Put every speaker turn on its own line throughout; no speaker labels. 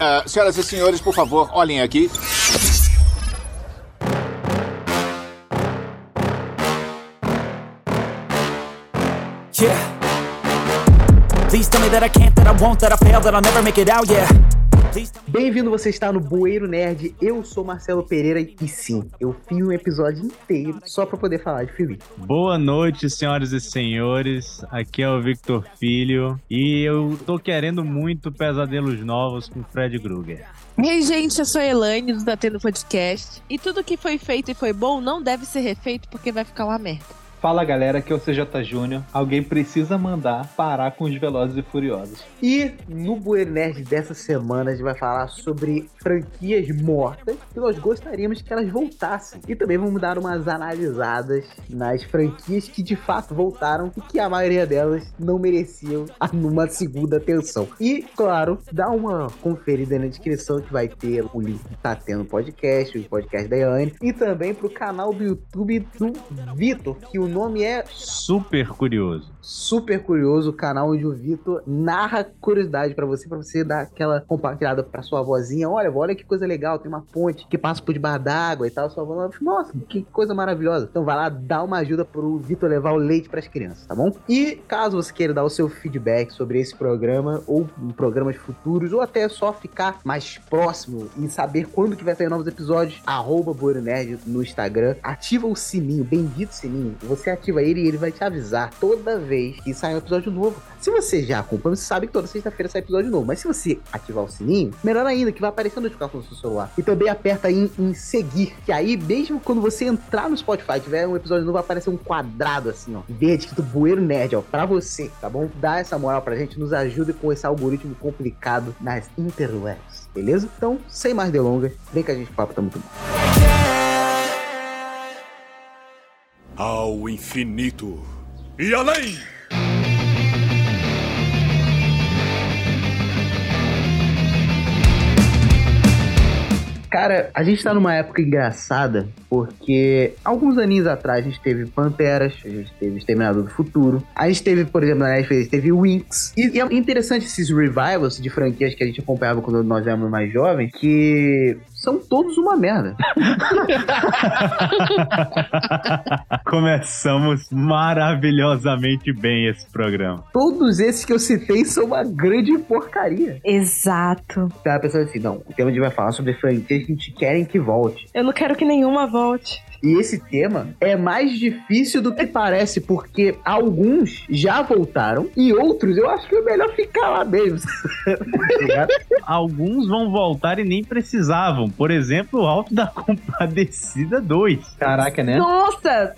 Ah, senhoras e senhores, por favor, olhem aqui.
Yeah. Please tell me that I can't, that I won't, that I fail, that I'll never make it out, yeah. Please tell me.
Bem-vindo, você está no Bueiro Nerd. Eu sou Marcelo Pereira e sim, eu fiz um episódio inteiro só pra poder falar de filme.
Boa noite, senhoras e senhores. Aqui é o Victor Filho e eu tô querendo muito pesadelos novos com Fred Krueger.
E aí, gente, eu sou a Elaine do Datendo Podcast. E tudo que foi feito e foi bom não deve ser refeito porque vai ficar uma merda.
Fala galera, aqui é o CJ Júnior. Alguém precisa mandar parar com os Velozes e Furiosos.
E no Bueiro Nerd dessa semana a gente vai falar sobre franquias mortas que nós gostaríamos que elas voltassem. E também vamos dar umas analisadas nas franquias que de fato voltaram e que a maioria delas não mereciam a- uma segunda atenção. E, claro, dá uma conferida na descrição que vai ter o link que tá tendo podcast, o podcast da Elaine, e também pro canal do YouTube do Vitor, que o nome é
Super curioso.
super curioso, o canal onde o Vitor narra curiosidade pra você, pra você dar aquela compartilhada pra sua vozinha. Olha, vó, olha que coisa legal, tem uma ponte que passa por debaixo d'água e tal. Sua avó, nossa, que coisa maravilhosa. Então vai lá, dá uma ajuda pro Vitor levar o leite pras crianças, tá bom? E caso você queira dar o seu feedback sobre esse programa ou em programas futuros, ou até só ficar mais próximo e saber quando que vai sair novos episódios, arroba Bueiro Nerd no Instagram, ativa o sininho, bendito sininho. Você ativa ele e ele vai te avisar toda vez que sai um episódio novo. Se você já acompanha, você sabe que toda sexta-feira sai episódio novo. Mas se você ativar o sininho, melhor ainda, que vai aparecer a notificação no seu celular. E também aperta em, em seguir. Que aí, mesmo quando você entrar no Spotify, tiver um episódio novo, vai aparecer um quadrado assim, ó. Verde, escrito Bueiro Nerd, ó. Pra você, tá bom? Dá essa moral pra gente, nos ajude com esse algoritmo complicado nas interwebs. Beleza? Então, sem mais delongas, vem que a gente o papo tá muito bom.
ao infinito e além.
Cara, a gente tá numa época engraçada, porque alguns aninhos atrás a gente teve Panteras, a gente teve Exterminador do Futuro, a gente teve, por exemplo, na Netflix, a gente teve Winx. E, e é interessante esses revivals de franquias que a gente acompanhava quando nós éramos mais jovens, que são todos uma merda.
Ah, Começamos maravilhosamente bem esse programa.
Todos esses que eu citei são uma grande porcaria.
Exato.
Tá pensando assim, não, o tema a gente vai falar sobre franquias que a gente querem que volte.
Eu não quero que nenhuma volte.
E esse tema é mais difícil do que parece, porque alguns já voltaram e outros eu acho que é melhor ficar lá mesmo.
Alguns vão voltar e nem precisavam. Por exemplo, o Alto da Compadecida 2.
Caraca,
É?
né?
Nossa!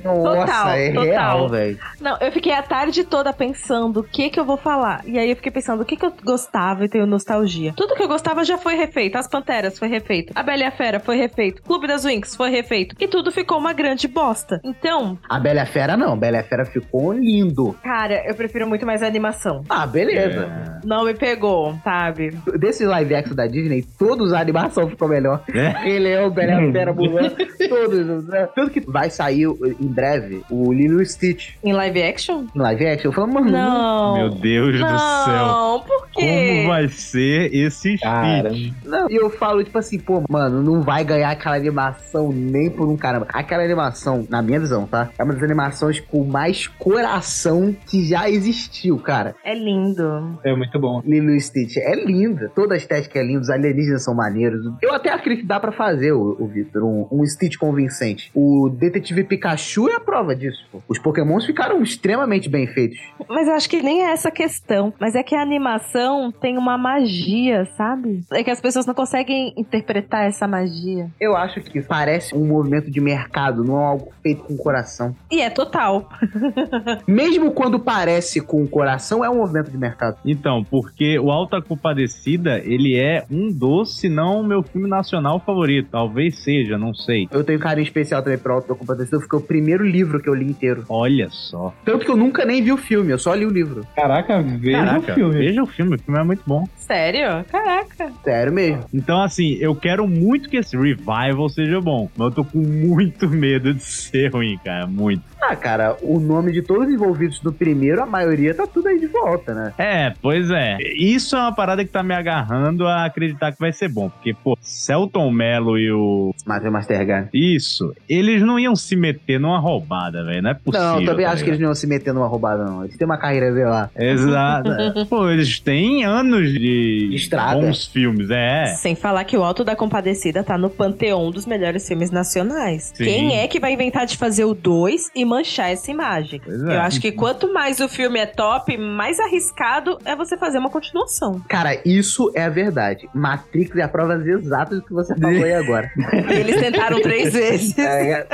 Nossa, é
total.
real, velho.
Não, eu fiquei a tarde toda pensando o que que eu vou falar. E aí eu fiquei pensando o que que eu gostava e tenho nostalgia. Tudo que eu gostava já foi refeito. As Panteras foi refeito. A Bela e a Fera foi refeito. Clube das Winx foi refeito. E tudo ficou uma grande bosta. Então,
A Bela e a Fera não, a Bela e a Fera ficou lindo.
cara, eu prefiro muito mais a animação.
Ah, beleza.
Não me pegou, sabe?
É.
Desses live action da Disney, todos a animação ficou melhor.
É.
Ele é o Bela e a Fera Mulan, todos. né? Tanto que vai sair em breve o Lilo e Stitch
Em live action?
em live action. Eu falo, mano,
Não.
Meu Deus do céu.
Não, por quê?
Como vai ser esse
Cara.
speed?
Não, e eu falo, tipo assim, pô, mano, não vai ganhar aquela animação nem por um caramba. Aquela animação, na minha visão, tá? É uma das animações com mais coração que já existiu, cara.
É lindo.
É muito bom.
Lilo e Stitch é linda. Toda a estética é linda, os alienígenas são maneiros. Eu até acredito que dá pra fazer, o, o Victor, um, um Stitch convincente. O Detetive Pikachu é a prova disso, pô. Os pokémons ficaram extremamente bem feitos.
Mas eu acho que nem é essa a questão. Mas é que a animação tem uma magia, sabe? É que as pessoas não conseguem interpretar essa magia.
Eu acho que parece um movimento de mercado, não é algo feito com coração.
E é total.
Mesmo quando parece com o coração, é um movimento de mercado.
Então, porque o Alta Compadecida, ele é um dos, se não o meu filme nacional favorito. Talvez seja, não sei.
Eu tenho carinho especial também pra Autocompadecido, porque é o primeiro livro que eu li inteiro.
Olha só.
Tanto que eu nunca nem vi o filme, eu só li o livro.
Caraca, veja
Caraca,
o filme.
veja o filme, o filme é muito bom.
Sério? Caraca.
Sério mesmo.
Então, assim, eu quero muito que esse revival seja bom, mas eu tô com muito medo de ser ruim, cara, muito.
Ah, cara, o nome de todos os envolvidos do primeiro, a maioria tá tudo aí de volta, né?
É, pois é. Isso é uma parada que tá me agarrando a acreditar que vai ser bom. Porque, pô, Celton Mello e o.
Matheus Mastergard.
Isso, eles não iam se meter numa roubada, velho. Não é possível.
Não, eu também
tá
acho que eles não iam se meter numa roubada, não. Eles têm uma carreira, sei lá.
Exato. Pô, eles têm anos de
Estrada.
bons filmes, é.
Sem falar que o Alto da Compadecida tá no panteão dos melhores filmes nacionais.
Sim.
Quem é que vai inventar de fazer o 2 e manchar essa imagem?
Pois é.
Eu acho que quanto mais o filme é top, mais arriscado é você fazer uma continuação.
Cara, isso é a verdade. Matrix é a prova exata do que você falou aí agora.
Eles tentaram três vezes.
É,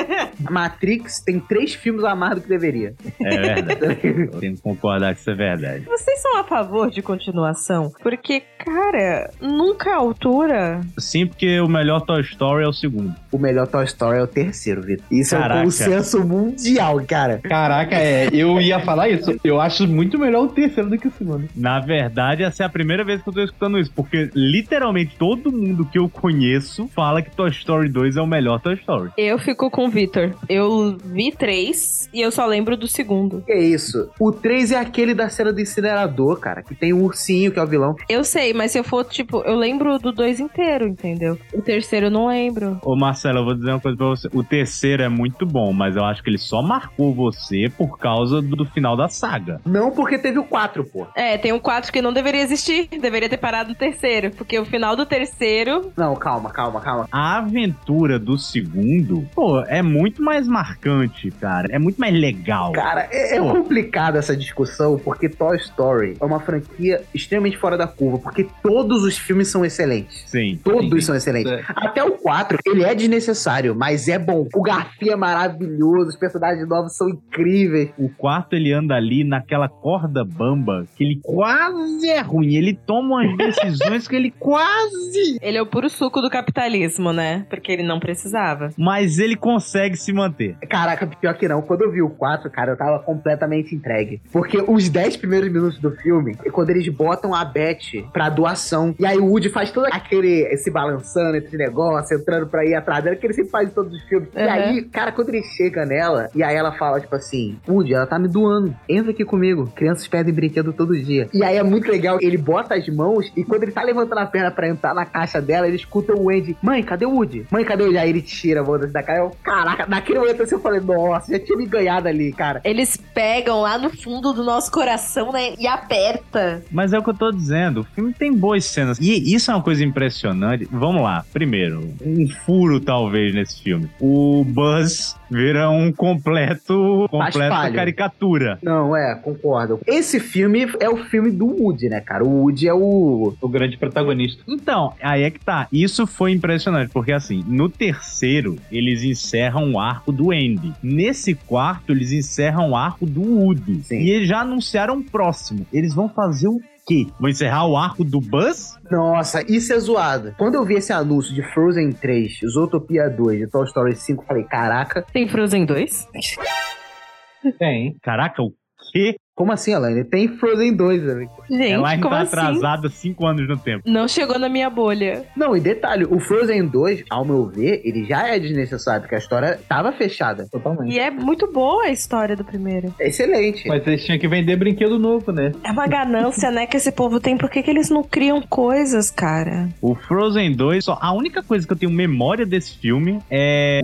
a Matrix tem três filmes a mais do que deveria.
É verdade. Eu tenho que concordar que isso é verdade.
Vocês são a favor de continuação? Porque, cara, nunca a altura.
Sim, porque o melhor Toy Story é o segundo.
O melhor Toy Story é o terceiro, Vitor. Isso é
Caraca.
um consenso mundial, cara.
Caraca, é, eu ia falar isso. Eu acho muito melhor o terceiro do que o segundo.
Na verdade, essa é a primeira vez que eu tô escutando isso, porque literalmente todo mundo que eu conheço fala que Toy Story 2 é o melhor Toy Story.
Eu fico com o Victor. Eu vi três e eu só lembro do segundo.
Que isso? O 3 é aquele da cena do incinerador, cara, que tem um ursinho que é o vilão.
Eu sei, mas se eu for, tipo, eu lembro do dois inteiro, entendeu? O terceiro eu não lembro.
Ô Marcelo, eu vou dizer uma coisa pra você. O terceiro é muito bom, mas eu acho que ele só marcou você por causa do, do final da saga.
Não porque teve o 4, pô.
É, tem um 4 que não deveria existir. Deveria ter parado no terceiro. Porque o final do terceiro.
Não, calma, calma, calma.
A aventura do segundo, pô, é muito mais marcante, cara. É muito mais legal.
Cara, é, é
Pô.
complicada essa discussão porque Toy Story é uma franquia extremamente fora da curva, porque todos os filmes são excelentes.
Sim.
Todos são excelentes.
É.
Até o 4, ele é desnecessário, mas é bom. O Garfia é maravilhoso, os personagens novos são incríveis.
O quarto ele anda ali naquela corda bamba que ele quase é ruim. Ele toma umas decisões que ele quase.
Ele é o puro suco do capitalismo, né? Porque ele não precisava.
Mas ele consegue se manter.
Caraca, pior que não. Quando eu vi o 4, cara, eu tava completamente entregue. Porque os 10 primeiros minutos do filme é quando eles botam a Beth pra doação. E aí o Woody faz todo aquele se balançando entre negócio, entrando pra ir atrás dela, que ele sempre faz em todos os filmes. E
Uhum.
aí, cara, quando ele chega nela, e aí ela fala, tipo assim, Woody, ela tá me doando. Entra aqui comigo. Crianças pedem brinquedo todo dia. E aí é muito legal, ele bota as mãos e quando ele tá levantando a perna pra entrar na caixa dela, ele escuta o Andy, mãe, cadê o Woody? Mãe, cadê o Woody? Aí ele tira a mão da cara. Eu, caraca, naquele momento assim, eu falei, nossa, já tinha me ganhado ali, cara.
Eles pegam lá no fundo do nosso coração, né? E aperta.
Mas é o que eu tô dizendo. O filme tem boas cenas. E isso é uma coisa impressionante. Vamos lá. Primeiro, um furo talvez nesse filme. O Buzz vira um completo, completo
Paspalho.
caricatura.
Não, é, concordo. Esse filme é o filme do Woody, né, cara? O Woody é o.
O grande protagonista.
Então, aí é que tá. Isso foi impressionante, porque assim, no terceiro, eles encerram o arco do Andy. Nesse quarto, eles encerram o arco do Woody.
Sim.
E eles já anunciaram o próximo. Eles vão fazer o quê? Vão encerrar o arco do Buzz?
Nossa, isso é zoado. Quando eu vi esse anúncio de Frozen 3, Zootopia 2 e Toy Story 5, eu falei, caraca,
Tem Frozen 2?
Tem.
Caraca, o quê?
como assim, Elaine? Tem Frozen 2, né?
Gente,
Ela ainda
como
tá
assim?
atrasada cinco anos no tempo.
Não chegou na minha bolha.
Não, e detalhe, o Frozen 2, ao meu ver, ele já é desnecessário, porque a história tava fechada.
Totalmente.
E é muito boa a história do primeiro.
É excelente.
Mas eles tinham que vender brinquedo novo, né?
É uma ganância, né, que esse povo tem. Por que, que eles não criam coisas, cara?
O Frozen 2, só, a única coisa que eu tenho memória desse filme é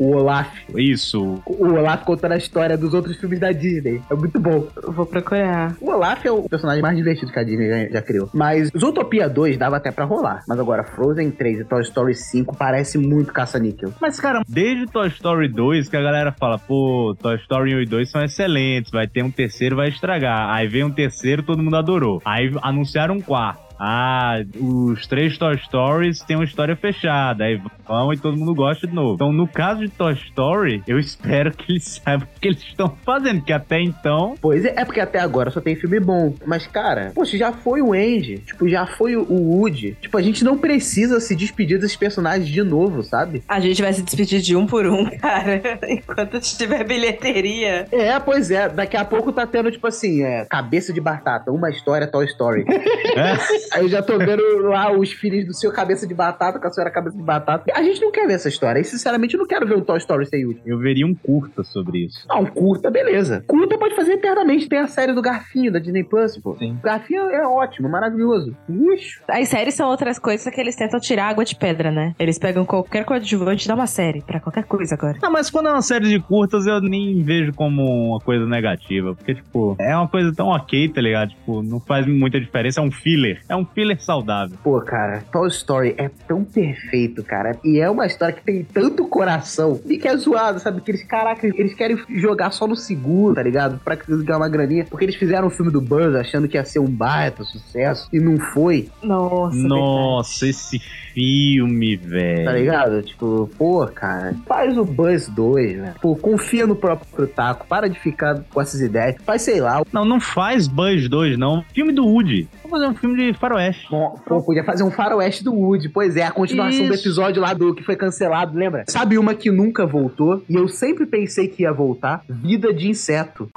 O Olaf.
isso.
O Olaf contando a história dos outros filmes da Disney. É muito bom.
Eu vou procurar.
O Olaf é o personagem mais divertido que a Disney já, já criou. Mas Zootopia 2 dava até pra rolar. Mas agora, Frozen 3 e Toy Story 5 parece muito caça-níquel.
Mas, cara, desde Toy Story 2 que a galera fala, pô, Toy Story 1 e 2 são excelentes, vai ter um terceiro, vai estragar. Aí vem um terceiro, todo mundo adorou. Aí anunciaram um quarto. Ah, os três Toy Stories têm uma história fechada. Aí vão e todo mundo gosta de novo. Então, no caso de Toy Story, eu espero que eles saibam o que eles estão fazendo, que até então
Pois é, é porque até agora só tem filme bom. Mas, cara, poxa, já foi o Andy. Tipo, já foi o Woody. Tipo, a gente não precisa se despedir desses personagens de novo, sabe?
A gente vai se despedir de um por um, cara. Enquanto tiver bilheteria.
É, pois é. Daqui a pouco tá tendo, tipo assim, é, cabeça de batata, uma história, Toy Story.
É.
Aí eu já tô vendo lá os filhos do seu cabeça de batata com a senhora cabeça de batata. A gente não quer ver essa história. E sinceramente eu não quero ver um Toy Story sem último.
Eu veria um curta sobre isso.
Não, curta, beleza. Curta pode fazer eternamente. Tem a série do Garfinho, da Disney Plus, pô.
Sim.
Garfinho é ótimo, maravilhoso. Ixi.
As séries são outras coisas que eles tentam tirar água de pedra, né? Eles pegam qualquer coadjuvante e dá uma série pra qualquer coisa agora.
Ah, mas quando é uma série de curtas, eu nem vejo como uma coisa negativa. Porque, tipo, é uma coisa tão ok, tá ligado? Tipo, não faz muita diferença. É um filler. É um filler saudável.
Pô, cara, Toy Story é tão perfeito, cara. E é uma história que tem tanto coração e que é zoado, sabe? Que eles, caraca, eles querem jogar só no seguro, tá ligado? Pra que eles ganhem uma graninha. Porque eles fizeram o filme do Buzz achando que ia ser um baita sucesso e não foi,
Nossa,
Nossa, esse filme,
tá
velho.
ligado? Tipo, pô, cara, faz o Buzz 2, né? Pô, confia no próprio taco, para de ficar com essas ideias. Faz, sei lá,
Não, não faz Buzz 2, não. Filme do Woody. Vamos fazer um filme de faroeste.
Bom, pô, podia fazer um faroeste do Woody. Pois é, a continuação do
Isso.
episódio lá do que foi cancelado, lembra? Sabe uma que nunca voltou? E eu sempre pensei que ia voltar? Vida de inseto.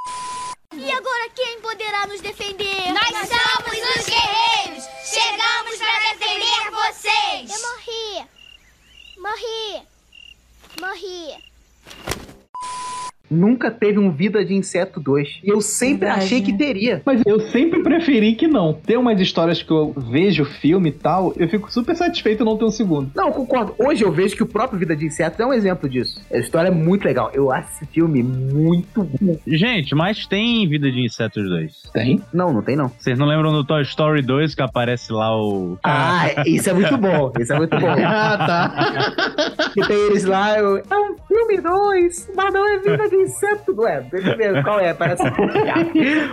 E agora quem poderá nos defender? Nós, somos os guerreiros! Chegamos para defender vocês! Eu morri! Morri! Morri!
Nunca teve um Vida de Inseto 2. E eu sempre
Verdade,
achei
né?
que teria.
Mas eu sempre preferi que não. Tem umas histórias que eu vejo filme e tal, eu fico super satisfeito não ter um segundo.
Não, eu concordo. Hoje eu vejo que o próprio Vida de Inseto é um exemplo disso. A história é muito legal. Eu acho esse filme muito bom.
Gente, mas tem Vida de Insetos 2.
Tem?
Não, não tem não.
Vocês não lembram do Toy Story 2 que aparece lá o.
Ah, isso é muito bom. Isso é muito bom.
Ah, tá.
que tem eles lá, eu, é um filme 2, mas não é vida de inseto, não é? Primeiro, qual é? Parece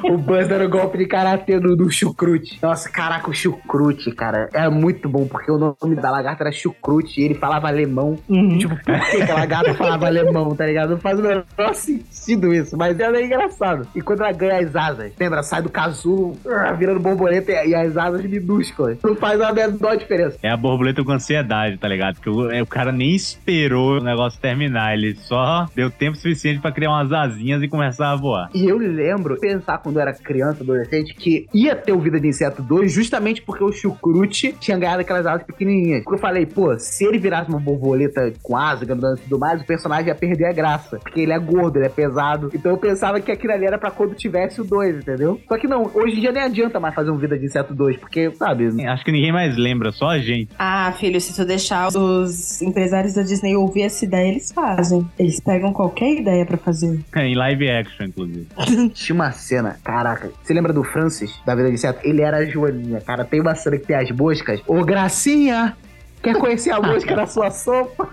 o Buzz dando golpe de karatê no, no chucrute. Nossa, caraca, o chucrute, cara, era muito bom, porque o nome da lagarta era chucrute e ele falava alemão. Tipo, por que, que a lagarta falava alemão, tá ligado? Não faz o menor sentido isso, mas ela é engraçado. E quando ela ganha as asas, lembra? Sai do casulo, ah, virando borboleta e e as asas minúsculas. Não faz a menor diferença.
É a borboleta com ansiedade, tá ligado? Porque o, é, o cara nem esperou o negócio terminar. Ele só deu tempo suficiente pra criar umas asinhas e começar a voar.
E eu lembro pensar quando eu era criança, adolescente, que ia ter o Vida de Inseto 2 justamente porque o Chucrute tinha ganhado aquelas asas pequenininhas. Porque eu falei, pô, se ele virasse uma borboleta com asa, gandando e tudo mais, o personagem ia perder a graça. Porque ele é gordo, ele é pesado. Então eu pensava que aquilo ali era pra quando tivesse o 2, entendeu? Só que não, hoje em dia nem adianta mais fazer um Vida de Inseto 2, porque, sabe,
Acho que ninguém mais lembra, só a gente.
Ah, filho, se tu deixar os empresários da Disney ouvir essa ideia, eles fazem. Eles pegam qualquer ideia pra fazer.
em live action, inclusive.
Tinha uma cena, caraca. Você lembra do Francis, da Vida de Inseto? Ele era a Joaninha, cara. Tem uma cena que tem as moscas. Ô, Gracinha! Quer conhecer a mosca da sua sopa?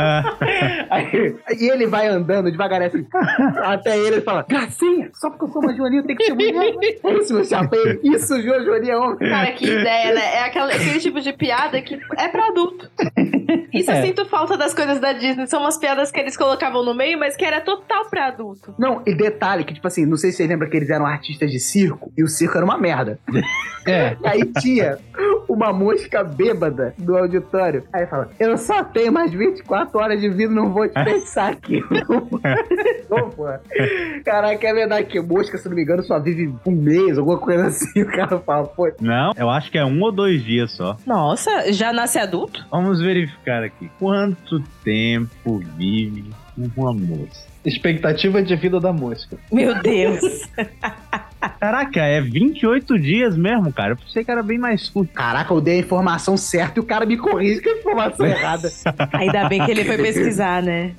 Aí, e ele vai andando devagar assim. Até ele ele fala: Gracinha, só porque eu sou uma Joaninha tem que ser mulher. né? É Isso, meu chapéu. Isso, Jo- Joaninha é homem.
Cara, que ideia, né? É aquela- aquele tipo de piada que é pra adulto. Isso
É.
eu sinto falta das coisas da Disney. São umas piadas que eles colocavam no meio, mas que era total pra adulto.
Não, e detalhe que, tipo assim, não sei se vocês lembram que eles eram artistas de circo e o circo era uma merda.
É.
Aí tinha uma mosca bêbada do auditório. Aí fala: Eu só tenho mais 24 horas de vida, não vou te pensar aqui. Não, porra. Caraca, é verdade que mosca, se não me engano, só vive um mês, alguma coisa assim. O cara fala: Pô,
Não, eu acho que é um ou dois dias só.
Nossa, já nasce adulto?
Vamos verificar aqui. Quanto tempo vive uma moça?
Expectativa de vida da mosca.
Meu Deus.
Caraca, é 28 dias mesmo, cara. Eu pensei que era bem mais curto.
caraca, eu dei a informação certa e o cara me corrige com a informação errada.
Ainda bem que ele foi pesquisar, né?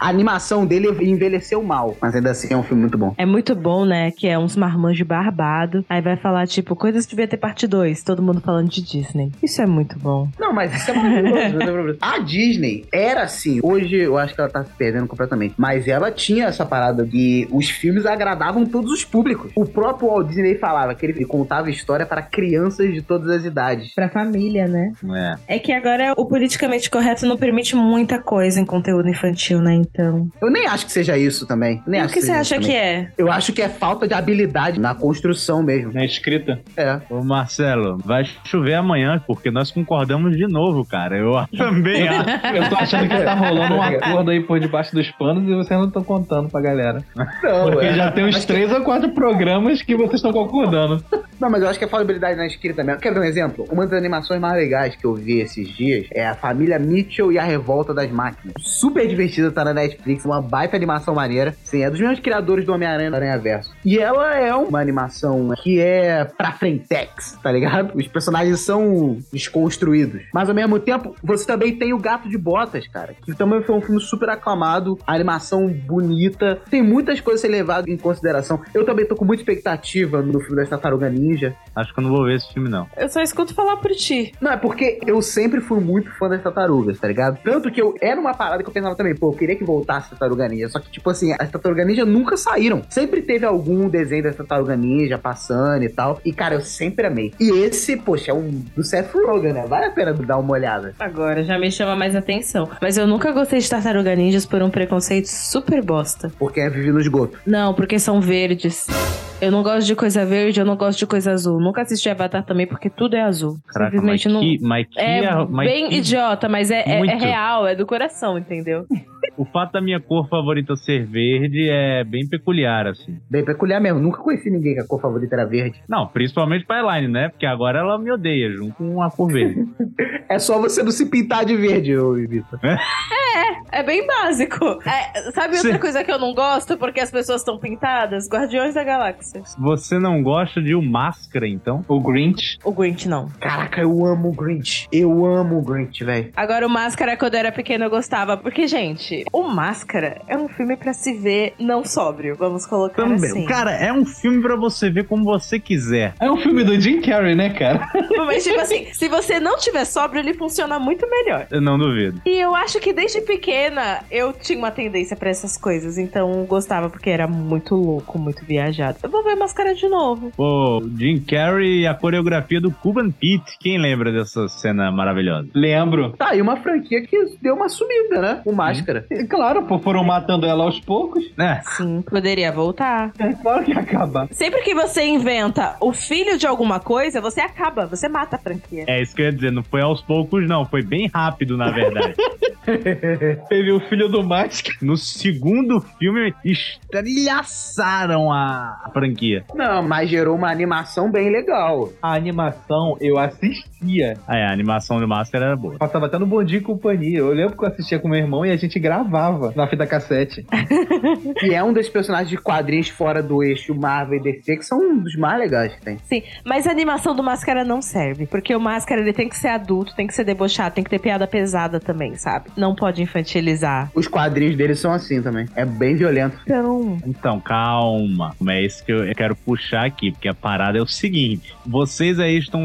A animação dele envelheceu mal, mas ainda assim é um filme muito bom.
É muito bom, né? Que é uns marmanjos barbado. Aí vai falar, tipo, coisas que devia ter parte 2. Todo mundo falando de Disney. Isso é muito bom.
Não, mas isso é maravilhoso. não tem problema. a Disney era assim. Hoje eu acho que ela tá se perdendo completamente. Mas ela tinha essa parada de os filmes agradavam todos os públicos. O próprio Walt Disney falava que ele contava história para crianças de todas as idades.
Pra família, né?
É.
É que agora o politicamente correto não permite muita coisa em conteúdo infantil, né? Então.
Eu nem acho que seja isso também. Nem
e o
acho
que você
seja
acha
isso
que
também.
é?
Eu acho que é falta de habilidade na construção mesmo.
Na escrita.
É.
Ô Marcelo, vai chover amanhã, porque nós concordamos de novo, cara. Eu também acho.
Eu tô achando que tá rolando um acordo aí por debaixo dos panos e vocês não estão contando pra galera.
Não,
é.
é.
Porque já tem uns três ou quatro programas que vocês estão concordando.
Não, mas eu acho que é falabilidade na escrita mesmo. Quer ver um exemplo? Uma das animações mais legais que eu vi esses dias é a família Mitchell e a Revolta das Máquinas. Super divertida, tá na Netflix, uma baita animação maneira. Sim, é dos mesmos criadores do Homem-Aranha do Aranha Verso. E ela é uma animação que é pra frentex, tá ligado? Os personagens são desconstruídos. Mas ao mesmo tempo, você também tem o Gato de Botas, cara, que também foi um filme super aclamado, a animação bonita, tem muitas coisas a ser levadas em consideração. Eu também tô com muita expectativa no filme da Tartaruga Ninja.
Acho que eu não vou ver esse filme, não.
Eu só escuto falar por ti.
Não, é porque eu sempre fui muito fã das tartarugas, tá ligado? Tanto que eu era uma parada que eu pensava também, pô, eu queria que voltasse a Tartaruga Ninja. Só que, tipo assim, as Tartaruga Ninja nunca saíram. Sempre teve algum desenho da Tartaruga Ninja passando e tal. E, cara, eu sempre amei. E esse, poxa, é um do Seth Rogen, né? Vale a pena dar uma olhada.
Agora, já me chama mais atenção. Mas eu nunca gostei de tartaruga ninjas por um preconceito super bosta.
Porque é vive no esgoto.
Não, porque são verdes. Eu não gosto de coisa verde, eu não gosto de coisa azul. Nunca assisti Avatar também, porque tudo é azul.
Caraca, mas que, mas que,
É
mas
bem
que-
idiota, mas é, é- é
Muito.
real, é do coração, entendeu?
O fato da minha cor favorita ser verde é bem peculiar, assim.
Bem peculiar mesmo. Nunca conheci ninguém que a cor favorita era verde.
Não, principalmente pra Elaine, né? Porque agora ela me odeia junto com a cor verde.
É só você não se pintar de verde, ô Ibiza.
É bem básico. É, sabe outra
Sim.
coisa que eu não gosto porque as pessoas estão pintadas? Guardiões da Galáxia.
Você não gosta de o máscara, então?
O Grinch.
O Grinch não.
Caraca, eu amo o Grinch. Eu amo o Grinch, velho.
Agora, o Máscara, quando eu era pequena, eu gostava. Porque, gente, o Máscara é um filme pra se ver não sóbrio. Vamos colocar
Também.
assim.
Cara, é um filme pra você ver como você quiser.
É um filme do Jim Carrey, né, cara?
Mas, tipo assim, se você não tiver sóbrio, ele funciona muito melhor.
Eu não duvido.
E eu acho que desde pequena eu tinha uma tendência pra essas coisas. Então eu gostava, porque era muito louco, muito viajado. Eu vou ver Máscara de novo.
Pô, Jim Carrey e a coreografia do Cuban Pete. Quem lembra dessa cena maravilhosa?
Lembro.
Tá, e uma franquia que deu uma sumida, né? Com máscara.
E, Claro, pô, foram matando ela aos poucos.
É,
Sim, poderia voltar.
É claro que ia acabar.
Sempre que você inventa o filho de alguma coisa, você acaba, você mata a franquia.
é isso que eu ia dizer. Não foi aos poucos, não. Foi bem rápido, na verdade.
Teve o filho do Máscara.
No segundo filme, estrelhaçaram a franquia.
Não, mas gerou uma animação bem legal.
A animação eu assistia.
Ah, é, a animação do Máscara era boa.
Passava até no Bom Dia e Companhia. Eu lembro que eu assistia com meu irmão e a gente gravava na fita cassete.
E é um dos personagens de quadrinhos fora do eixo Marvel e DC, que são um dos mais legais que tem.
Sim, mas a animação do Máscara não serve. Porque o Máscara ele tem que ser adulto, tem que ser debochado, tem que ter piada pesada também, sabe? Não pode infantilizar.
Os quadrinhos deles são assim também. É bem violento.
Então,
Então, calma. Mas É isso que eu eu quero puxar aqui, porque a parada é o seguinte: vocês aí estão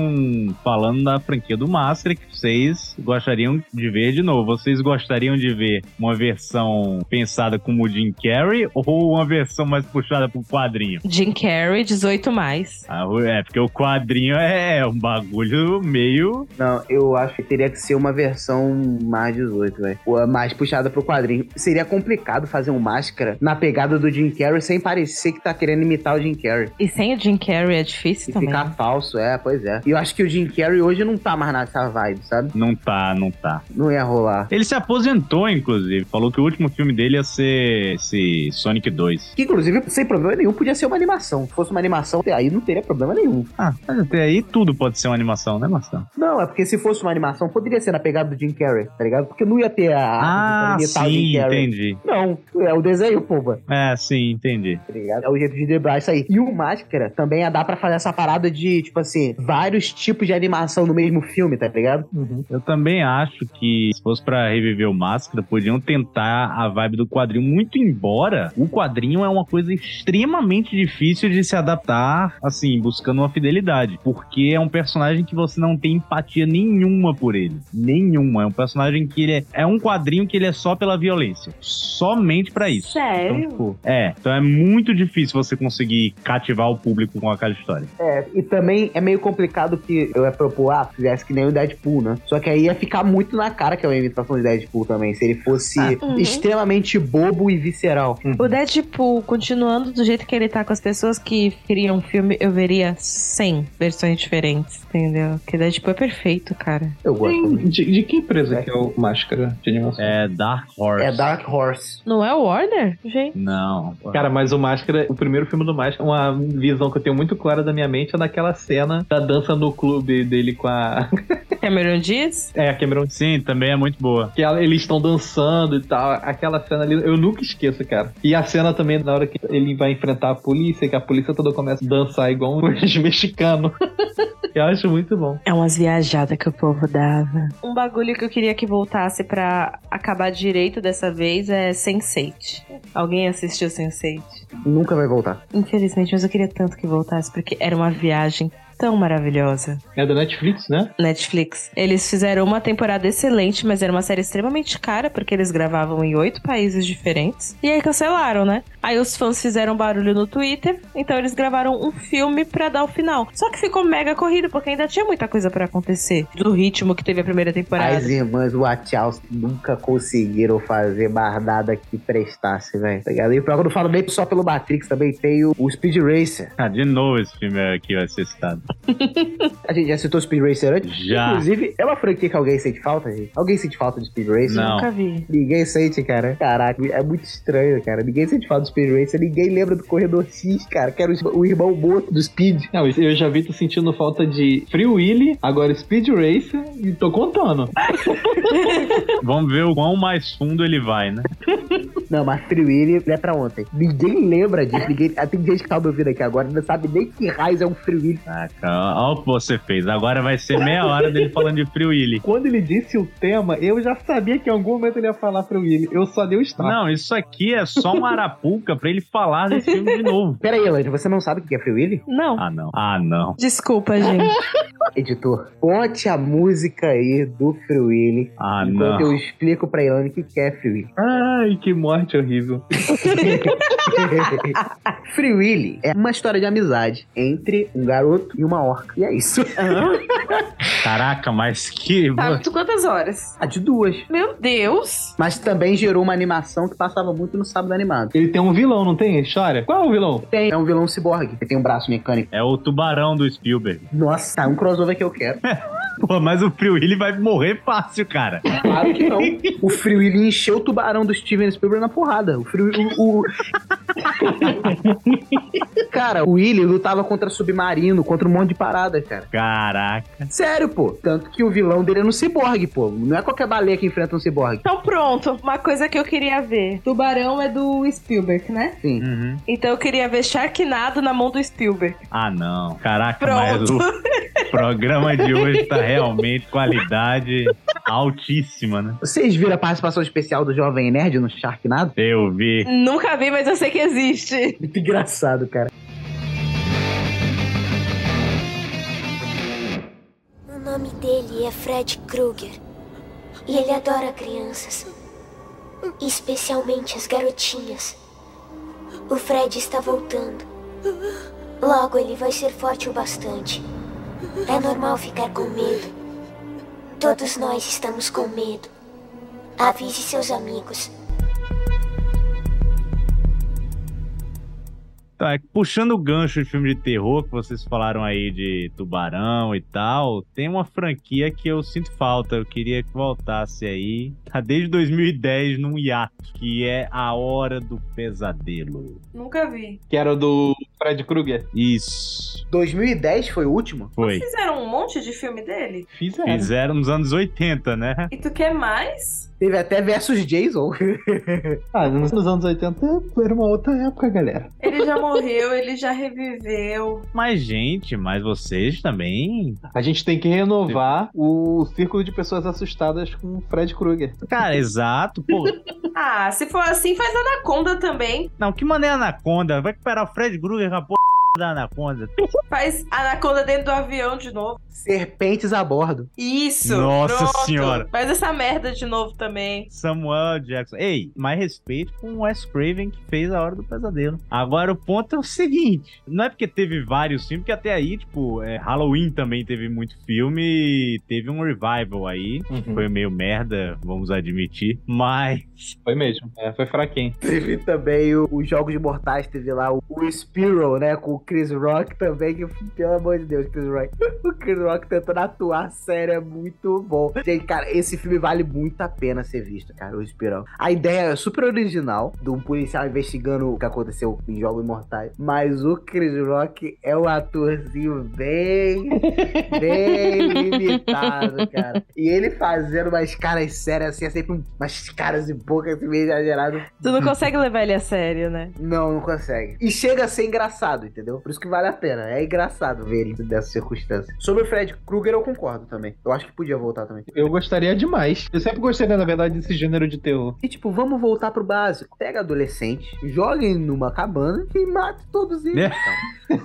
falando da franquia do Máscara que vocês gostariam de ver de novo. Vocês gostariam de ver uma versão pensada como o Jim Carrey ou uma versão mais puxada pro quadrinho?
Jim Carrey, 18 mais.
Ah, É, porque o quadrinho é um bagulho meio.
Não, eu acho que teria que ser uma versão mais 18, velho. Ou a Mais puxada pro quadrinho. Seria complicado fazer um máscara na pegada do Jim Carrey sem parecer que tá querendo imitar o Jim Carrey.
E sem o Jim Carrey é difícil
E
também.
ficar falso, é, pois é. E eu acho que o Jim Carrey hoje não tá mais nessa vibe, sabe?
Não tá, não tá.
Não ia rolar.
Ele se aposentou, inclusive. Falou que o último filme dele ia ser esse Sonic 2.
Que inclusive, sem problema nenhum, podia ser uma animação. Se fosse uma animação, aí não teria problema nenhum.
Ah, mas até aí tudo pode ser uma animação, né, Marcelo?
Não, é porque se fosse uma animação, poderia ser na pegada do Jim Carrey, tá ligado? Porque não ia ter a
Ah,
arte de imitar o
sim,
Jim Carrey.
entendi.
Não, é o desenho, pomba,
É, sim, entendi.
tá ligado? É o jeito de driblar isso aí. E o Máscara também ia dar pra fazer essa parada de, tipo assim, vários tipos de animação no mesmo filme, tá ligado?
Eu também acho que se fosse pra reviver o Máscara, podiam tentar a vibe do quadrinho, muito embora o quadrinho é uma coisa extremamente difícil de se adaptar, assim, buscando uma fidelidade, porque é um personagem que você não tem empatia nenhuma por ele, nenhuma. É um personagem que ele é, é um quadrinho que ele é só pela violência, somente pra isso.
Sério?
Então, tipo, é, então é muito difícil você conseguir cativar o público com aquela história.
É, e também é meio complicado que eu ia propor, ah, fizesse que nem o Deadpool, né? Só que aí ia ficar muito na cara que é uma imitação de Deadpool também, se ele fosse
uhum. Hum.
extremamente bobo e visceral.
O Deadpool, continuando do jeito que ele tá com as pessoas que criam um filme, eu veria 100 versões diferentes, entendeu? Porque Deadpool é perfeito, cara.
Eu gosto.
De, de que empresa que é o Máscara? estúdio de animação.
É Dark Horse.
É Dark Horse.
Não é o Warner? Gente.
Não.
Cara, mas o Máscara, o primeiro filme do Máscara, uma visão que eu tenho muito clara da minha mente é naquela cena da dança no clube dele com a.
Cameron Diaz?
É, a Cameron
Sim, também é muito boa.
que ela- eles estão dançando e tal. Aquela cena ali, eu nunca esqueço, cara. E a cena também na hora que ele vai enfrentar a polícia, que a polícia toda começa a dançar igual os mexicanos. eu acho muito bom.
É umas viajadas que o povo dava. Um bagulho que eu queria que voltasse pra acabar direito dessa vez é Sense8. Alguém assistiu Sense8?
Nunca vai voltar.
Infelizmente, mas eu queria tanto que voltasse, porque era uma viagem tão maravilhosa.
É da Netflix, né?
Netflix. Eles fizeram uma temporada excelente, mas era uma série extremamente cara, porque eles gravavam em oito países diferentes. E aí cancelaram, né? Aí os fãs fizeram barulho no Twitter, então eles gravaram um filme pra dar o final. Só que ficou mega corrido, porque ainda tinha muita coisa pra acontecer. Do ritmo que teve a primeira temporada.
As irmãs Wachowski nunca conseguiram fazer bardada que prestasse, velho. Tá ligado? E pior que eu não falo nem só pelo Matrix, também tem o, o Speed Racer.
Ah, de novo esse filme aqui vai ser citado.
A gente já citou Speed Racer antes.
Já.
Inclusive, é uma franquia que alguém sente falta, gente. Alguém sente falta de Speed Racer?
Não.
Nunca vi.
Ninguém sente, cara. Caraca, é muito estranho, cara. Ninguém sente falta do Speed Racer, ninguém lembra do Corredor X, cara, que era o, o irmão morto do Speed.
Não, eu já vi tu sentindo falta de Free Willy, agora Speed Racer e tô contando.
Vamos ver o quão mais fundo ele vai, né?
Não, mas Free Willy é pra ontem. Ninguém lembra disso. Ninguém... Ah, Tem gente que tá me ouvindo aqui agora, não sabe nem que raios é um Free Willy.
Caraca, olha o que você fez. Agora vai ser meia hora dele falando de Free Willy.
Quando ele disse o tema, eu já sabia que em algum momento ele ia falar Free Willy. Eu só dei o start.
Não, isso aqui é só uma arapuca pra ele falar desse filme de novo.
Pera aí, Elaine, você não sabe o que é Free Willy?
Não.
Ah, não. Ah, não.
Desculpa, gente.
Editor, bote a música aí do Free Willy.
Ah,
enquanto
não.
eu explico pra Elaine o que que é Free Willy.
Ai, que morte horrível.
Free Willy é uma história de amizade entre um garoto e uma orca. E é isso.
Caraca, mas que.
Tá, tu quantas horas?
A de duas.
Meu Deus!
Mas também gerou uma animação que passava muito no sábado animado.
Ele tem um vilão, não tem? História? Qual é o vilão?
Tem, é um vilão ciborgue, que tem um braço mecânico.
É o tubarão do Spielberg.
Nossa, é um crossover que eu quero.
Pô, mas o Free Willy vai morrer fácil, cara.
Claro que não. O Free Willy encheu o tubarão do Steven Spielberg na porrada. O Free Willy, o, o- Cara, o Willy lutava contra submarino, contra um monte de parada, cara.
Caraca.
Sério, pô. Tanto que o vilão dele é um ciborgue, pô. Não é qualquer baleia que enfrenta um ciborgue.
Então pronto, uma coisa que eu queria ver. Tubarão é do Spielberg, né?
Sim.
Então eu queria ver Sharknado na mão do Spielberg.
Ah, não. Caraca, mas
Pronto.
o programa de hoje tá realmente qualidade altíssima, né?
Vocês viram a participação especial do Jovem Nerd no Sharknado?
Eu vi.
Nunca vi, mas eu sei que existe.
Muito engraçado, cara.
O nome dele é Fred Krueger. E ele adora crianças. Especialmente as garotinhas. O Fred está voltando. Logo ele vai ser forte o bastante. É normal ficar com medo. Todos nós estamos com medo. Avise seus amigos.
Tá, puxando o gancho de filme de terror, que vocês falaram aí de tubarão e tal, tem uma franquia que eu sinto falta, eu queria que voltasse aí. Tá desde 2010 num hiato, que é A Hora do Pesadelo.
Nunca vi.
Que era do Fred Krueger.
Isso,
2010 foi o último?
foi.
Fizeram um monte de filme dele?
Fizeram.
Fizeram nos anos 80, né?
E tu quer mais?
Teve até versus Jason.
Ah, nos anos 80 era uma outra época, galera.
Ele já morreu, ele já reviveu.
Mas, gente, mas vocês também.
A gente tem que renovar o círculo de pessoas assustadas com o Fred Krueger.
Cara, exato, pô.
Ah, se for assim, faz Anaconda também.
Não, que maneira Anaconda? Vai recuperar o Fred Krueger com a porra da Anaconda.
Faz Anaconda dentro do avião de novo.
Serpentes a bordo.
Isso.
Nossa
pronto.
Senhora.
Faz essa merda de novo também.
Samuel Jackson. Ei, mais respeito com o Wes Craven que fez A Hora do Pesadelo. Agora o ponto é o seguinte: não é porque teve vários filmes, porque até aí, tipo, é, Halloween também teve muito filme e teve um revival aí.
Uhum.
Foi meio merda, vamos admitir. Mas
Foi mesmo. É, foi fraquinho.
Teve também o- os Jogos de Mortais, teve lá o, o Spiro, né? Com o o Chris Rock também, que, pelo amor de Deus, Chris Rock. O Chris Rock tentando atuar sério é muito bom. Gente, cara, esse filme vale muito a pena ser visto, cara, o Espirão. A ideia é super original, de um policial investigando o que aconteceu em Jogos Mortais. Mas o Chris Rock é um atorzinho bem, bem limitado, cara. E ele fazendo umas caras sérias assim, é sempre umas caras e bocas assim, meio exagerado.
Tu não consegue levar ele a sério, né?
Não, não consegue. E chega a ser engraçado, entendeu? Por isso que vale a pena. É engraçado ver ele dessa circunstância. Sobre o Fred Krueger, eu concordo também. Eu acho que podia voltar também.
Eu gostaria demais. Eu sempre gostei, né, na verdade, desse gênero de terror.
E tipo, vamos voltar pro básico. Pega adolescente, joguem numa cabana e mate todos eles.
É.
então.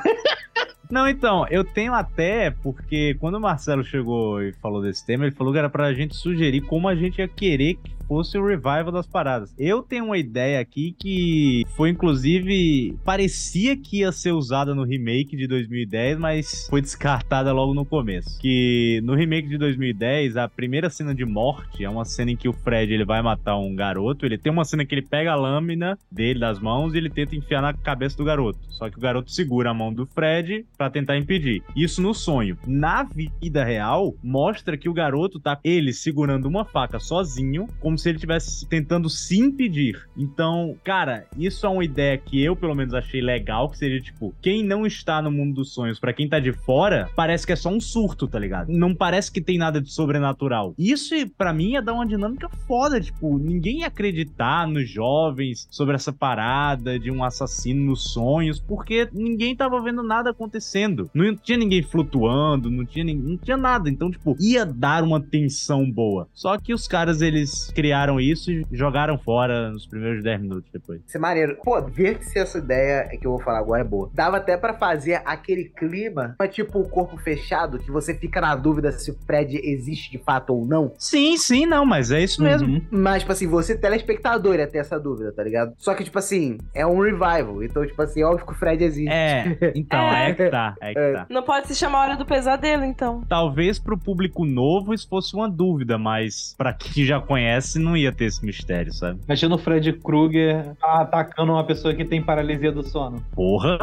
Não, então, eu tenho até, porque quando o Marcelo chegou e falou desse tema, ele falou que era pra gente sugerir como a gente ia querer que fosse o revival das paradas. Eu tenho uma ideia aqui que foi, inclusive, parecia que ia ser usada no remake de 2010, mas foi descartada logo no começo. Que no remake de 2010, a primeira cena de morte é uma cena em que o Fred ele vai matar um garoto. Ele tem uma cena que ele pega a lâmina dele das mãos e ele tenta enfiar na cabeça do garoto. Só que o garoto segura a mão do Fred para tentar impedir. Isso no sonho. Na vida real, mostra que o garoto tá ele segurando uma faca sozinho, como se ele estivesse tentando se impedir. Então, cara, isso é uma ideia que eu pelo menos achei legal, que seria tipo, quem não está no mundo dos sonhos, para quem tá de fora, parece que é só um surto, tá ligado? Não parece que tem nada de sobrenatural. Isso para mim ia dar uma dinâmica foda, tipo, ninguém ia acreditar nos jovens sobre essa parada de um assassino nos sonhos, porque ninguém tava vendo nada acontecer acontecendo. Não tinha ninguém flutuando, não tinha, ninguém, não tinha nada. Então, tipo, ia dar uma tensão boa. Só que os caras, eles criaram isso e jogaram fora nos primeiros 10 minutos depois.
Isso é maneiro. Pô, ver se essa ideia que eu vou falar agora é boa. Dava até para fazer aquele clima, mas tipo o corpo fechado, que você fica na dúvida se o Fred existe de fato ou não.
Sim, sim, não, mas é isso mesmo. Uhum.
Mas, tipo assim, você telespectador ia ter essa dúvida, tá ligado? Só que, tipo assim, é um revival. Então, tipo assim, óbvio que o Fred existe.
É, então, é, é tá, é que é. tá.
Não pode se chamar Hora do Pesadelo, então.
Talvez pro público novo isso fosse uma dúvida, mas pra quem já conhece não ia ter esse mistério, sabe?
Imagina o Fred Krueger atacando uma pessoa que tem paralisia do sono.
Porra!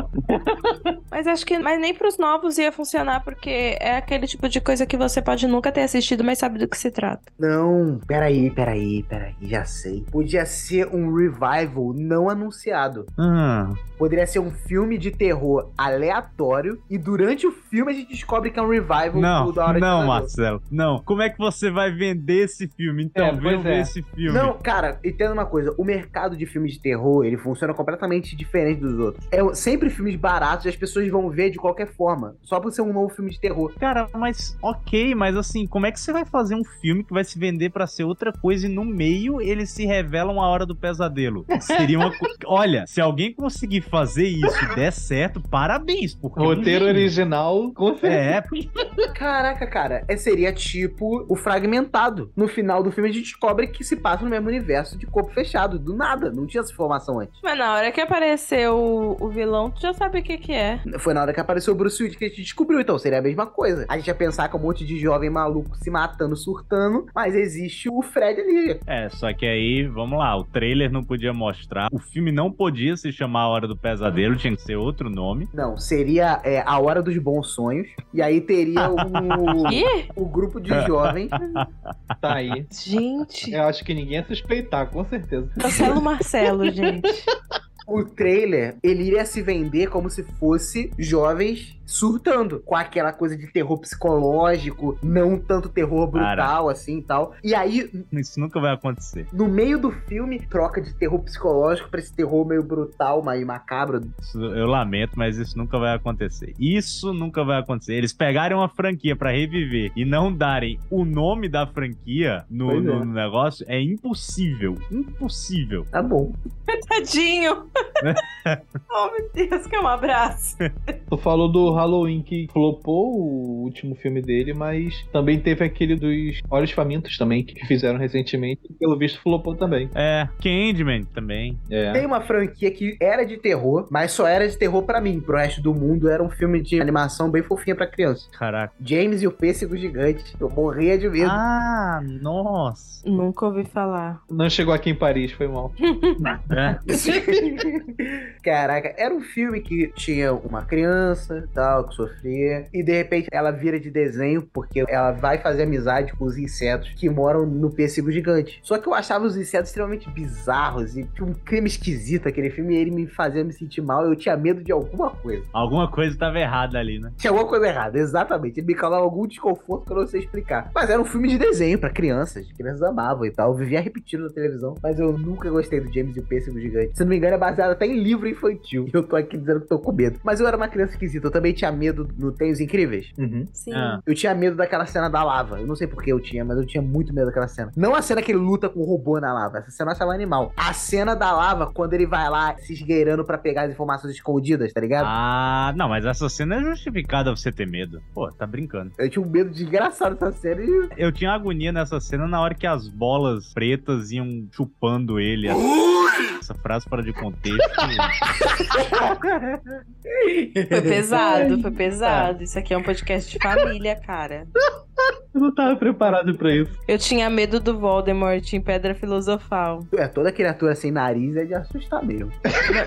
mas acho que mas nem pros novos ia funcionar, porque é aquele tipo de coisa que você pode nunca ter assistido, mas sabe do que se trata.
Não, peraí, peraí, peraí, já sei. Podia ser um revival não anunciado.
Ah.
Poderia ser um filme de terror aleatório e durante o filme a gente descobre que é um revival
não, da hora Não, Marcelo, não. Como é que você vai vender esse filme? Então, é, vem ver é. esse filme.
Não, cara, entenda uma coisa: o mercado de filmes de terror ele funciona completamente diferente dos outros. É sempre filmes baratos e as pessoas vão ver de qualquer forma, só por ser um novo filme de terror.
Cara, mas ok, mas assim, como é que você vai fazer um filme que vai se vender para ser outra coisa e no meio ele se revela uma hora do pesadelo? Seria uma. Olha, se alguém conseguir fazer isso e der certo, parabéns, porque
Roteiro original, com
É.
Caraca, cara, é, seria tipo o fragmentado. No final do filme a gente descobre que se passa no mesmo universo de corpo fechado, do nada, não tinha essa informação antes.
Mas na hora que apareceu o, o vilão, tu já sabe o que que é.
Foi na hora que apareceu o Bruce Willis que a gente descobriu, então seria a mesma coisa. A gente ia pensar que um monte de jovem maluco se matando, surtando, mas existe o Fred ali.
É, só que aí, vamos lá, o trailer não podia mostrar, o filme não podia se chamar A Hora do Pesadelo, tinha que ser outro nome.
Não, seria é, a Hora dos Bons Sonhos. E aí teria o, o grupo de jovens.
Tá aí.
Gente.
Eu acho que ninguém ia suspeitar, com certeza.
Marcelo Marcelo, gente.
o trailer, ele iria se vender como se fosse jovens surtando, com aquela coisa de terror psicológico, não tanto terror brutal, Cara, assim e tal. E aí.
Isso nunca vai acontecer.
No meio do filme, troca de terror psicológico pra esse terror meio brutal, meio macabro.
Isso, eu lamento, mas isso nunca vai acontecer. Isso nunca vai acontecer. Eles pegarem uma franquia para reviver e não darem o nome da franquia no, no, é. no negócio é impossível. Impossível.
Tá bom.
Tadinho. oh, meu Deus, que é um abraço.
Tu falou do Halloween que flopou o último filme dele, mas também teve aquele dos Olhos Famintos também, que fizeram recentemente, e pelo visto flopou também.
É, Candyman também. É.
Tem uma franquia que era de terror, mas só era de terror para mim. Pro resto do mundo era um filme de animação bem fofinha para criança.
Caraca.
James e o Pêssego Gigante. Eu morria de medo.
Ah, nossa.
Nunca ouvi falar.
Não chegou aqui em Paris, foi mal.
é.
Caraca, era um filme que tinha uma criança tal, que sofria, e de repente ela vira de desenho, porque ela vai fazer amizade com os insetos que moram no pêssego gigante. Só que eu achava os insetos extremamente bizarros e tinha um clima esquisito aquele filme, e ele me fazia me sentir mal, eu tinha medo de alguma coisa.
Alguma coisa tava errada ali, né?
Tinha alguma coisa errada, exatamente. Ele me causava algum desconforto que eu não sei explicar. Mas era um filme de desenho pra crianças, crianças amavam e tal, eu vivia repetindo na televisão, mas eu nunca gostei do James e o Pêssego Gigante. Se não me engano, é baseado até em livro infantil. E eu tô aqui dizendo que tô com medo. Mas eu era uma criança esquisita, eu também tinha medo do Tem os Incríveis.
Sim.
Ah.
Eu tinha medo daquela cena da lava. Eu não sei por que eu tinha, mas eu tinha muito medo daquela cena. Não a cena que ele luta com o robô na lava. Essa cena eu achava animal. A cena da lava, quando ele vai lá se esgueirando pra pegar as informações escondidas, tá ligado?
Ah, não, mas essa cena é justificada você ter medo. Pô, tá brincando.
Eu tinha um medo desgraçado dessa cena e
Eu tinha agonia nessa cena na hora que as bolas pretas iam chupando ele. Essa frase fora de contexto.
Foi pesado, foi pesado. Isso aqui é um podcast de família, cara.
Eu não tava preparado pra isso.
Eu tinha medo do Voldemort em Pedra Filosofal.
É, toda criatura sem nariz é de assustar mesmo.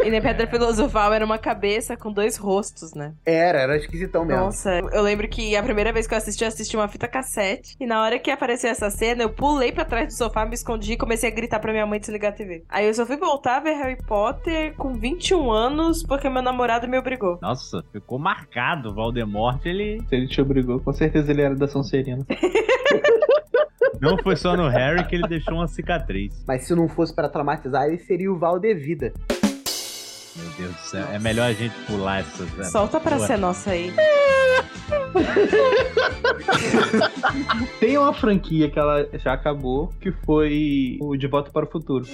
E na Pedra Filosofal era uma cabeça com dois rostos, né?
Era, era esquisitão mesmo.
Nossa, eu lembro que a primeira vez que eu assisti, eu assisti uma fita cassete. E na hora que apareceu essa cena, eu pulei pra trás do sofá, me escondi e comecei a gritar pra minha mãe desligar a TV. Aí eu só fui voltar a ver Harry Potter com 21 anos, porque meu namorado me obrigou.
Nossa, ficou marcado. O Valdemort, ele
Se ele te obrigou, com certeza ele era da Sonserina.
não foi só no Harry que ele deixou uma cicatriz.
Mas se não fosse pra traumatizar, ele seria o Valdevida.
Meu Deus do céu. É melhor a gente pular né? essa. essa-
Solta pra
Ué.
ser nossa aí.
Tem uma franquia que ela já acabou, que foi o De Volta para o Futuro.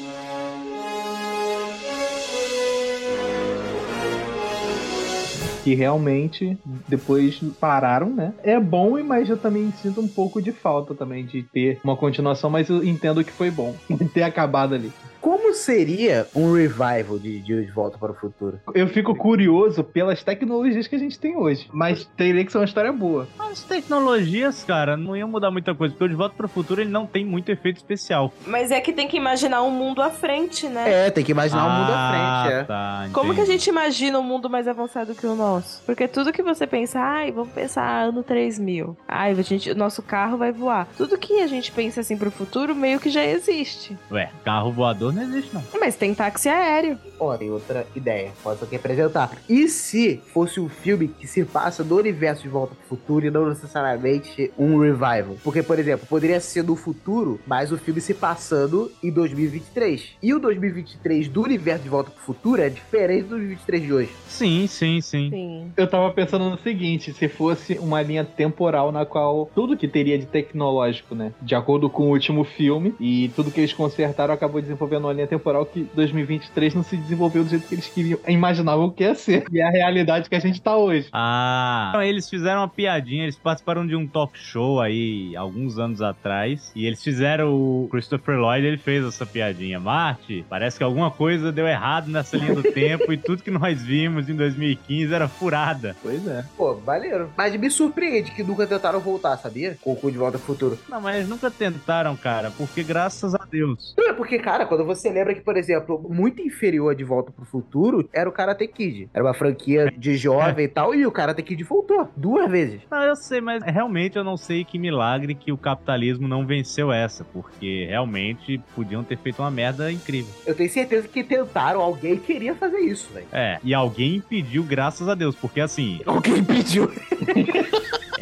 Que realmente depois pararam, né? É bom, mas eu também sinto um pouco de falta também de ter uma continuação, mas eu entendo que foi bom ter acabado ali.
Como seria um revival de, de De Volta para o Futuro?
Eu fico curioso pelas tecnologias que a gente tem hoje, mas teria que ser uma história boa.
As tecnologias, cara, não iam mudar muita coisa. Porque o De Volta para o Futuro ele não tem muito efeito especial.
Mas é que tem que imaginar um mundo à frente, né?
É, tem que imaginar o mundo à frente, é.
Tá,
Como que a
entendi.
gente imagina um mundo mais avançado que o nosso? Porque tudo que você pensa, ai, vamos pensar ano 3000. Ai, a gente, o nosso carro vai voar. Tudo que a gente pensa assim pro futuro meio que já existe.
Ué, carro voador não existe, não.
Ah, Mas tem táxi aéreo.
Ó, tem outra ideia, posso aqui apresentar. E se fosse um filme que se passa do universo de Volta pro Futuro e não necessariamente um revival? Porque, por exemplo, poderia ser do futuro, mas o filme se passando em 2023. E o 2023 do universo de Volta pro Futuro é diferente do 2023 de hoje.
Sim, sim, sim.
Sim.
Eu tava pensando no seguinte, se fosse uma linha temporal na qual tudo que teria de tecnológico, né? De acordo com o último filme, e tudo que eles consertaram acabou desenvolvendo uma linha temporal que 2023 não se desenvolveu do jeito que eles queriam, imaginavam que ia ser. E é a realidade que a gente tá hoje.
Ah, então eles fizeram uma piadinha, eles participaram de um talk show aí alguns anos atrás e eles fizeram o Christopher Lloyd, ele fez essa piadinha. Marte, parece que alguma coisa deu errado nessa linha do tempo e tudo que nós vimos em 2015 era furada.
Pois é.
Pô, maneiro. Mas me surpreende que nunca tentaram voltar, sabia? Com o cu de Volta pro Futuro.
Não, mas eles nunca tentaram, cara, porque graças a Deus.
Não, é porque, cara, quando você lembra que, por exemplo, muito inferior a De Volta pro Futuro era o Karate Kid. Era uma franquia de jovem e tal, e o Karate Kid voltou duas vezes.
Não, eu sei, mas realmente eu não sei que milagre que o capitalismo não venceu essa, porque realmente podiam ter feito uma merda incrível.
Eu tenho certeza que tentaram, alguém queria fazer isso, velho.
É, e alguém impediu, graças a Deus, porque assim,
Alguém pediu.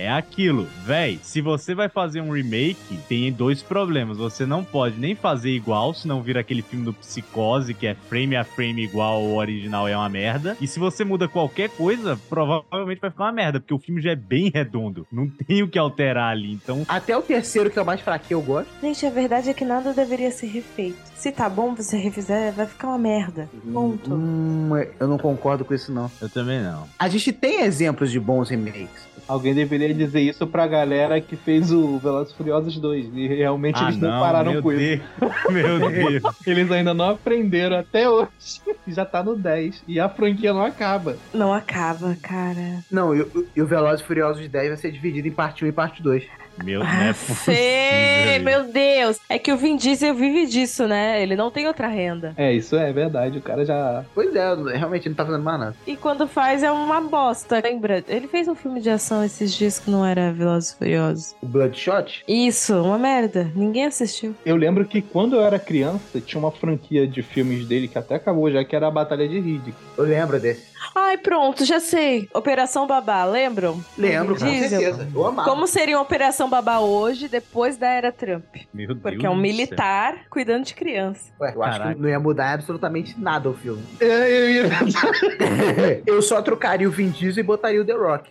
É aquilo, véi. Se você vai fazer um remake, tem dois problemas. Você não pode nem fazer igual, senão vira aquele filme do Psicose, que é frame a frame igual o original é uma merda. E se você muda qualquer coisa, provavelmente vai ficar uma merda, porque o filme já é bem redondo. Não tem o que alterar ali. Então,
Até o terceiro, que é o mais fraquinho, eu gosto.
Gente, a verdade é que nada deveria ser refeito. Se tá bom, você refizer, vai ficar uma merda.
Uhum.
Ponto.
Hum, eu não concordo com isso, não.
eu também não.
A gente tem exemplos de bons remakes.
Alguém deveria dizer isso pra galera que fez o Velozes e Furiosos 2. E realmente
Ah,
eles não,
não,
pararam
meu
com isso.
Deus. Meu Deus.
Eles ainda não aprenderam até hoje. Já tá no 10. E a franquia não acaba.
Não acaba, cara.
Não, e, o- e o Velozes e Furiosos 10 vai ser dividido em parte 1 e parte 2.
Meu, não é
Ah,
possível.
Fê,
isso.
meu Deus. É que o Vin Diesel vive disso, né? Ele não tem outra renda.
É, isso é verdade. O cara já.
Pois é, realmente não tá fazendo mais nada.
E quando faz é uma bosta. Lembra? Ele fez um filme de ação esses dias que não era Velozes e Furiosos.
O Bloodshot?
Isso, uma merda. Ninguém assistiu.
Eu lembro que quando eu era criança, tinha uma franquia de filmes dele que até acabou já, que era a Batalha de Riddick.
Eu lembro desse.
Ai, pronto, já sei. Operação Babá, lembram?
Lembro, com
Diesel.
certeza. Eu
Ah.
amava.
Como seria uma Operação Babá hoje, depois da era Trump?
Meu Deus
Porque é um
do
militar cuidando de criança.
Ué, eu acho
Caraca.
que não ia mudar absolutamente nada o filme.
Eu ia
eu só trocaria o Vin Diesel e botaria o The Rock.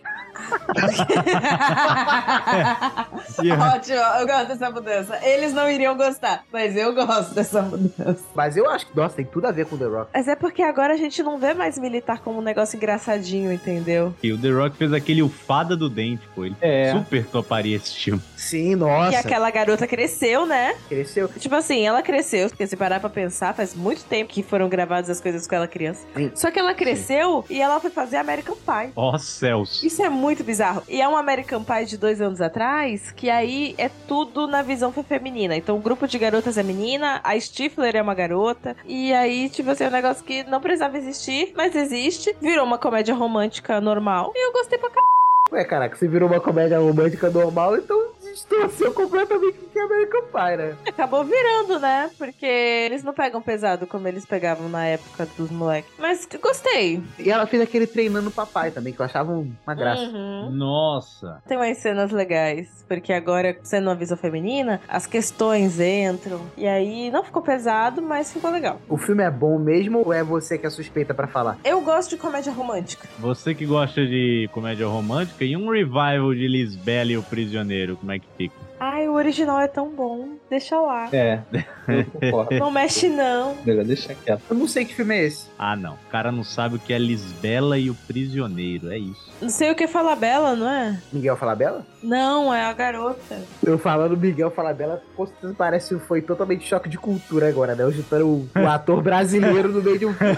céu. Yeah.
Ótimo, eu gosto dessa mudança. Eles não iriam gostar, mas eu gosto dessa mudança.
Mas eu acho que, nossa, tem tudo a ver com o The Rock.
Mas é porque agora a gente não vê mais militar como um negócio engraçadinho, entendeu?
E o The Rock fez aquele O Fada do Dente, pô. Ele
É.
super toparia esse filme.
Sim,
E
nossa.
aquela garota cresceu, né?
Cresceu.
Tipo assim, ela cresceu, porque se parar pra pensar, faz muito tempo que foram gravadas as coisas com ela criança.
Hum. Sim.
Só que ela cresceu e ela foi fazer American Pie.
Ó céus.
Isso é muito bizarro. E é um American Pie de dois anos atrás, que aí é tudo na visão fe- feminina. Então o grupo de garotas é menina, a Stifler é uma garota. E aí, tipo assim, é um negócio que não precisava existir, mas existe. Virou uma comédia romântica normal. E eu gostei pra caralho.
Ué, caraca, se virou uma comédia romântica normal, então distorceu completamente o que é American Pie, né?
Acabou virando, né? Porque eles não pegam pesado como eles pegavam na época dos moleques. Mas eu gostei.
E ela fez aquele treinando o papai também, que eu achava um- uma graça.
Uhum.
Nossa.
Tem umas cenas legais, porque agora, sendo uma visão feminina, as questões entram. E aí não ficou pesado, mas ficou legal.
O filme é bom mesmo ou é você que é suspeita pra falar?
Eu gosto de comédia romântica.
Você que gosta de comédia romântica e um revival de Lisbela e o Prisioneiro, como é que fica?
Ai, o original é tão bom. Deixa lá.
É, eu concordo.
Não mexe, não.
Melhor deixar quieto.
Eu não sei que filme é esse.
Ah, não. O cara não sabe o que é Lisbela e o Prisioneiro. É isso.
Não sei o que fala Bela, não é?
Miguel Falabella?
Não, é a garota.
Eu falando Miguel Falabella, com certeza parece que foi totalmente choque de cultura agora, né? Eu juntando o, o ator brasileiro no meio de um filme.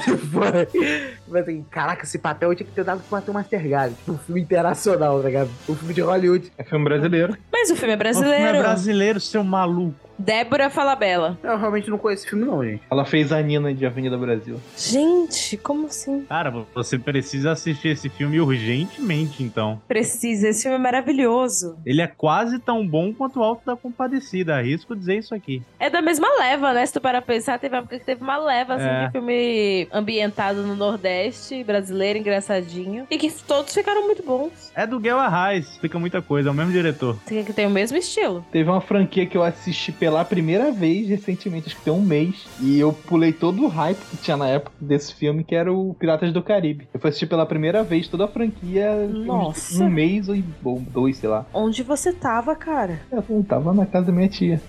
Mas assim, caraca, esse papel eu tinha que ter dado pro Matheus Mastergalho. Tipo, um filme internacional, tá ligado? Um filme de Hollywood.
É filme brasileiro.
Mas o filme é
Não
brasileiro.
é brasileiro, seu maluco.
Débora fala Bela.
Eu realmente não conheço esse filme não, gente.
Ela fez a Nina de Avenida Brasil.
Gente, como assim?
Cara, você precisa assistir esse filme urgentemente, então.
Precisa, esse filme é maravilhoso.
Ele é quase tão bom quanto o Alto da Compadecida. Arrisco dizer isso aqui.
É da mesma leva, né? Se tu parar pra pensar, teve uma época que teve uma leva, assim,
É.
de filme ambientado no Nordeste, brasileiro, engraçadinho. E que todos ficaram muito bons.
É do Gel Arraes. Fica muita coisa. É o mesmo diretor.
Tem que ter o mesmo estilo.
Teve uma franquia que eu assisti pela primeira vez recentemente, acho que tem um mês, e eu pulei todo o hype que tinha na época desse filme, que era o Piratas do Caribe. Eu fui assistir pela primeira vez toda a franquia em uns-
Nossa.
um mês ou em- ou dois, sei lá.
Onde você tava, cara?
Eu tava na casa da minha tia.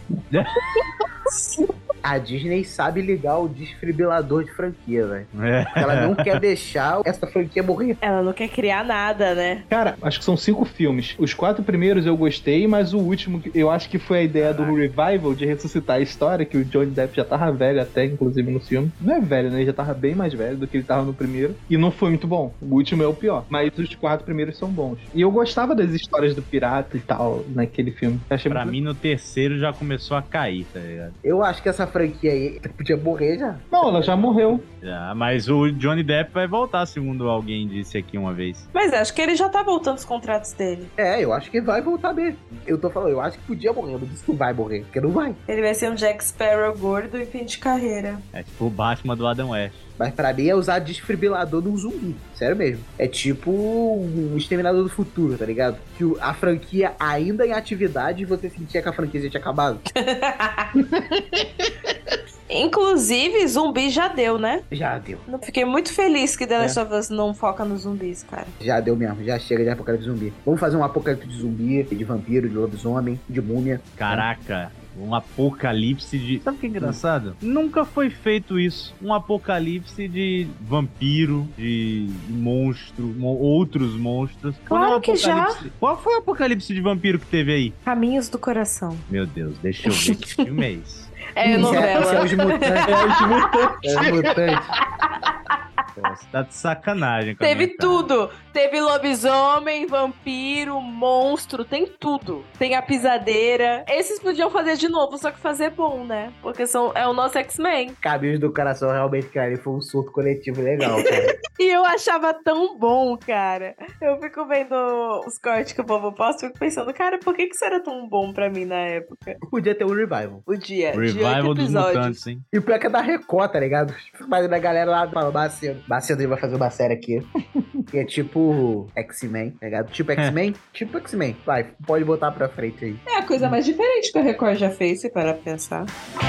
A Disney sabe ligar o desfibrilador de franquia, velho.
É.
Ela não quer deixar essa franquia morrer.
Ela não quer criar nada, né?
Cara, acho que são cinco filmes. Os quatro primeiros eu gostei, mas o último que- eu acho que foi a ideia do revival de ressuscitar a história, que o Johnny Depp já tava velho até, inclusive, no filme. Não é velho, né? Ele já tava bem mais velho do que ele tava no primeiro. E não foi muito bom. O último é o pior. Mas os quatro primeiros são bons. E eu gostava das histórias do pirata e tal naquele filme. Eu Achei
Pra
muito-
mim, no terceiro já começou a cair, tá ligado?
Eu acho que essa franquia aí podia morrer já.
Não, ela já morreu.
Já, mas o Johnny Depp vai voltar, segundo alguém disse aqui uma vez.
Mas acho que ele já tá voltando os contratos dele.
É, eu acho que vai voltar mesmo. Eu tô falando, eu acho que podia morrer, eu não disse que vai morrer, porque não vai.
Ele vai ser um Jack Sparrow gordo em fim de carreira.
É tipo o Batman do Adam West.
Mas pra mim é usar desfibrilador num zumbi, sério mesmo. É tipo o Exterminador do Futuro, tá ligado? Que o- a franquia ainda em atividade e você sentia que a franquia já tinha acabado.
Inclusive, zumbi já deu, né?
Já deu,
Não Fiquei muito feliz que The Last of Us não foca nos zumbis, cara.
já deu mesmo, já chega de apocalipse zumbi. Vamos fazer um apocalipse de zumbi, de vampiro, de lobisomem, de múmia.
Caraca, um apocalipse de. Sabe o que é engraçado? Nunca foi feito isso. Um apocalipse de vampiro, de monstro, mon- outros monstros.
Claro
Qual é o
que já.
apocalipse- Qual foi o apocalipse de vampiro que teve aí?
Caminhos do coração.
Meu Deus, deixa eu ver que filme é esse.
É novela.
Esse é os mutantes. É os mutantes. É os mutantes.
Pô, Você tá de sacanagem, com a
Teve
minha cara.
tudo. Teve lobisomem, vampiro, monstro, tem tudo. Tem a pisadeira. Esses podiam fazer de novo, só que fazer bom, né? Porque são, é o nosso X-Men.
Cabelos do coração realmente, cara, ele foi um surto coletivo legal, cara.
E eu achava tão bom, cara. Eu fico vendo os cortes que o povo posta, fico pensando, cara, por que, que isso era tão bom pra mim na época?
Podia ter um revival.
O dia. né, de
Revival
oito
dos
episódios.
mutantes, hein?
E o pior que é da Record, tá ligado? Imagina a galera lá falando, Macedo. Macedo ele vai fazer uma série aqui. que é tipo X-Men, tá ligado? Tipo X-Men? tipo X-Men. Vai, pode botar pra frente aí.
É a coisa mais diferente que a Record já fez, se parar pra pensar.